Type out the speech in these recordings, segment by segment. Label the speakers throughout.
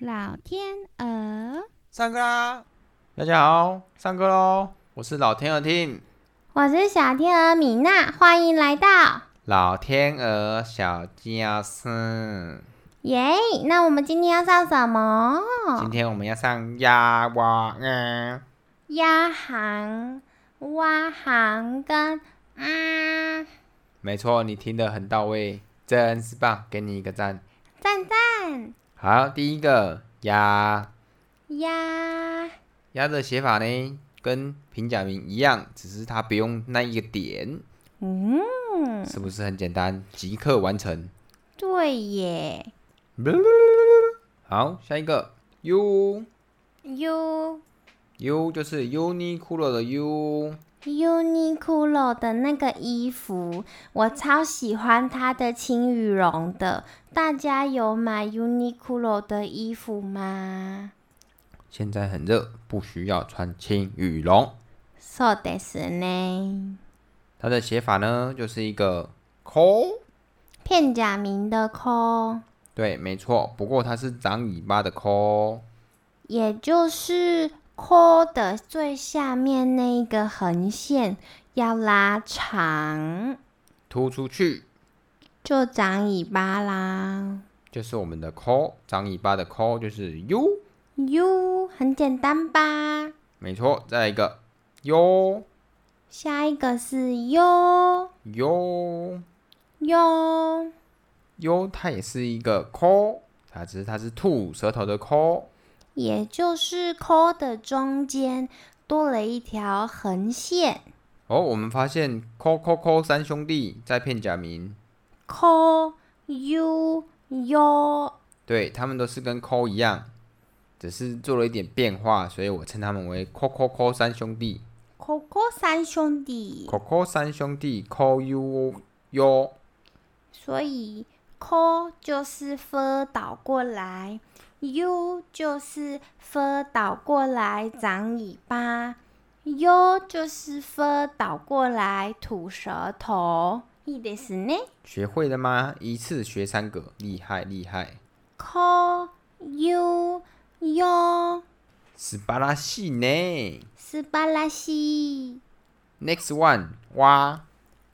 Speaker 1: 老天鹅，
Speaker 2: 上课啦！大家好，上课喽！我是老天鹅 Tim，
Speaker 1: 我是小天啊鹅米娜，欢迎来到
Speaker 2: 老天鹅小教室。
Speaker 1: 耶那我们今天要上什么？
Speaker 2: 今天我们要上鸭蛙啊，
Speaker 1: 鸭行、蛙行跟啊，
Speaker 2: 没错，你听得很到位，真是棒，给你一个赞。
Speaker 1: 赞赞
Speaker 2: 好，第一个鸭，
Speaker 1: 鸭
Speaker 2: 鸭的写法呢跟平假名一样，只是它不用那一个点，
Speaker 1: 嗯，
Speaker 2: 是不是很简单？即刻完成。
Speaker 1: 对耶
Speaker 2: 好，下一个 U
Speaker 1: ，U
Speaker 2: U 就是 Uniqlo 的 U。
Speaker 1: Uniqlo 的那个衣服，我超喜欢它的轻羽绒的。大家有买 Uniqlo 的衣服吗？
Speaker 2: 现在很热，不需要穿轻羽绒。
Speaker 1: そうですね。
Speaker 2: 它的写法呢，就是一个 call。
Speaker 1: 片假名的 call，
Speaker 2: 对，没错。不过它是长尾巴的 call。
Speaker 1: 也就是 call 的最下面那一个横线要拉长，
Speaker 2: 突出去
Speaker 1: 就长尾巴啦。
Speaker 2: 就是我们的 call，长尾巴的 call 就是 u。
Speaker 1: U 很简单吧？
Speaker 2: 没错，再来一个 u
Speaker 1: 下一个是 U
Speaker 2: u
Speaker 1: U，
Speaker 2: u，它也是一个 call，它只是它是吐舌头的 call。
Speaker 1: 也就是 call 的中间多了一条横线
Speaker 2: 哦，我们发现 call call call 三兄弟在片假名，
Speaker 1: ，call U U
Speaker 2: 对他们都是跟 call 一样，只是做了一点变化，所以我称他们为 call call call 三兄弟
Speaker 1: call call 三兄弟。
Speaker 2: ，call call 三兄弟 call you you
Speaker 1: 所以 co 就是 f 倒过来，u 就是 f 倒过来长尾巴，u 就是 f 倒过来吐舌头。いいですね。
Speaker 2: 学会了吗？一次学三个，厉害厉害，
Speaker 1: co u u
Speaker 2: 斯巴拉系呢
Speaker 1: 素晴らしい。
Speaker 2: ？Next one，蛙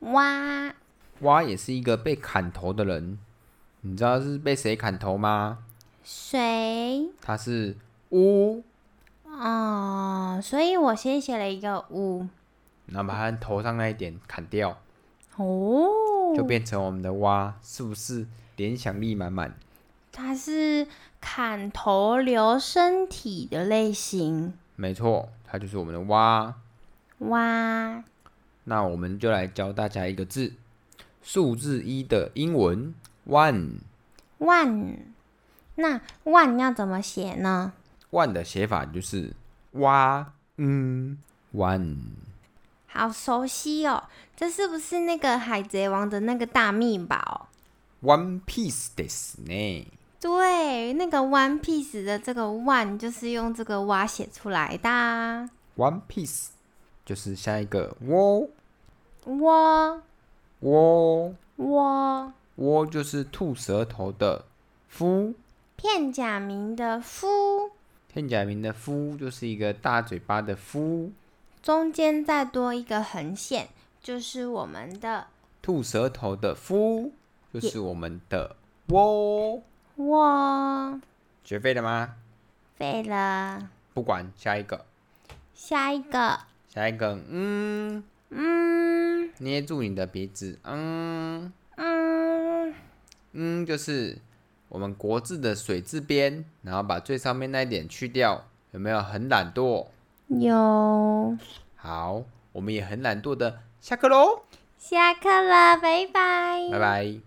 Speaker 1: 哇，
Speaker 2: 蛙也是一个被砍头的人，你知道是被谁砍头吗？
Speaker 1: 谁？
Speaker 2: 他是乌，
Speaker 1: 哦，所以我先写了一个五
Speaker 2: 然后把他头上那一点砍掉。
Speaker 1: 哦，
Speaker 2: 就变成我们的蛙，是不是联想力满满？
Speaker 1: 它是砍头留身体的类型。
Speaker 2: 没错，它就是我们的蛙。
Speaker 1: 哇，
Speaker 2: 那我们就来教大家一个字，数字一的英文 one。
Speaker 1: 万，那万要怎么写呢？
Speaker 2: one 的写法就是蛙，嗯，one。
Speaker 1: 好熟悉哦，这是不是那个海贼王的那个大密宝？
Speaker 2: One Piece ですね。
Speaker 1: 对，那个 One Piece 的这个 one 就是用这个蛙写出来的、啊。
Speaker 2: One Piece 就是下一个喔窝
Speaker 1: 窝
Speaker 2: 窝
Speaker 1: 窝
Speaker 2: 窝，喔就是吐舌头的夫。
Speaker 1: 片假名的夫，
Speaker 2: 片假名的夫就是一个大嘴巴的夫。
Speaker 1: 中间再多一个横线，就是我们的
Speaker 2: 吐舌头的夫就是我们的喔。
Speaker 1: 窝。
Speaker 2: 学会了吗？
Speaker 1: 废了。
Speaker 2: 不管，下一个，
Speaker 1: 下一个，
Speaker 2: 下一个，嗯，
Speaker 1: 嗯
Speaker 2: 捏住你的鼻子，嗯
Speaker 1: 嗯，
Speaker 2: 嗯，就是我们国字的水字边，然后把最上面那一点去掉，有没有很懒惰？
Speaker 1: 有
Speaker 2: 好，我们也很懒惰的，下课喽，
Speaker 1: 下课了，拜拜。
Speaker 2: 拜拜。